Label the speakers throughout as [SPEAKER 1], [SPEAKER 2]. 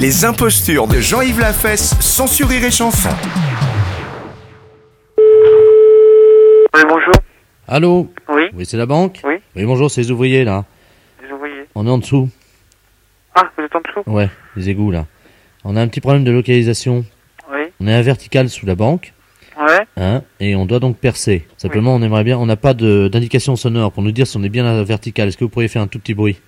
[SPEAKER 1] Les impostures de Jean-Yves Lafesse, sans sourire et chanson.
[SPEAKER 2] Oui, bonjour.
[SPEAKER 3] Allô
[SPEAKER 2] Oui,
[SPEAKER 3] Oui, c'est la banque
[SPEAKER 2] Oui.
[SPEAKER 3] bonjour, c'est les ouvriers, là.
[SPEAKER 2] des ouvriers.
[SPEAKER 3] On est en dessous.
[SPEAKER 2] Ah, vous êtes en dessous
[SPEAKER 3] Ouais, les égouts, là. On a un petit problème de localisation.
[SPEAKER 2] Oui.
[SPEAKER 3] On est à vertical sous la banque,
[SPEAKER 2] Ouais.
[SPEAKER 3] hein, et on doit donc percer. Simplement, on aimerait bien... On n'a pas de- d'indication sonore pour nous dire si on est bien à vertical. Est-ce que vous pourriez faire un tout petit bruit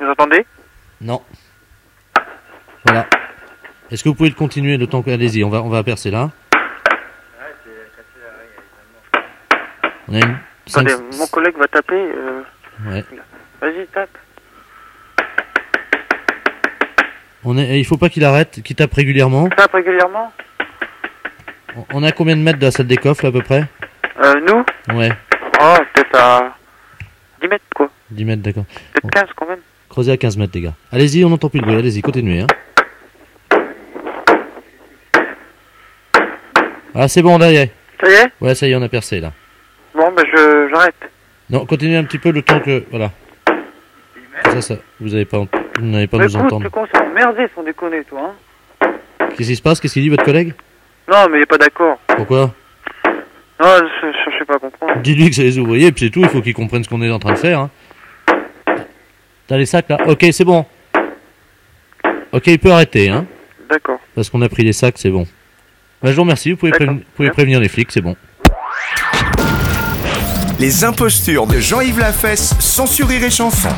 [SPEAKER 2] Vous entendez
[SPEAKER 3] Non. Voilà. Est-ce que vous pouvez le continuer le temps que... Allez-y, on va, on va percer, là. On a une... cinq-
[SPEAKER 2] Attendez, mon collègue va taper. euh,
[SPEAKER 3] Ouais.
[SPEAKER 2] Vas-y, tape.
[SPEAKER 3] On est... Il faut pas qu'il arrête, qu'il tape régulièrement.
[SPEAKER 2] Tape régulièrement
[SPEAKER 3] On- On a combien de mètres de la salle des coffres, là, à peu près
[SPEAKER 2] euh, Nous
[SPEAKER 3] Ouais,
[SPEAKER 2] Oh, peut-être à 10 mètres, quoi.
[SPEAKER 3] 10 mètres, d'accord.
[SPEAKER 2] Peut-être 15 quand même.
[SPEAKER 3] Creusez à 15 mètres, les gars. Allez-y, on n'entend plus le bruit. Allez-y, continuez. Hein. Ah, c'est bon, là, y est.
[SPEAKER 2] Ça y est
[SPEAKER 3] Ouais, ça y est, on a percé, là.
[SPEAKER 2] Bon, ben je, j'arrête.
[SPEAKER 3] Non, continuez un petit peu le temps que... Voilà. Ça, ça, vous n'allez pas, ent- vous n'allez pas
[SPEAKER 2] Mais
[SPEAKER 3] nous
[SPEAKER 2] écoute,
[SPEAKER 3] entendre.
[SPEAKER 2] tu commences à emmerder sans déconner, toi. Hein.
[SPEAKER 3] Qu'est-ce qui se passe Qu'est-ce qu'il dit, votre collègue
[SPEAKER 2] Non, mais il est pas d'accord.
[SPEAKER 3] Pourquoi
[SPEAKER 2] Non, je, je, je sais pas comprendre.
[SPEAKER 3] Dis-lui que c'est les ouvriers, puis c'est tout. Il faut qu'ils comprennent ce qu'on est en train de faire. Hein. T'as les sacs, là Ok, c'est bon. Ok, il peut arrêter, hein.
[SPEAKER 2] D'accord.
[SPEAKER 3] Parce qu'on a pris les sacs, c'est bon. Bah, je vous remercie, vous pouvez,
[SPEAKER 2] D'accord.
[SPEAKER 3] préven- vous pouvez prévenir les flics, c'est bon.
[SPEAKER 1] Les impostures de Jean-Yves Lafesse, sans sourire et chanson.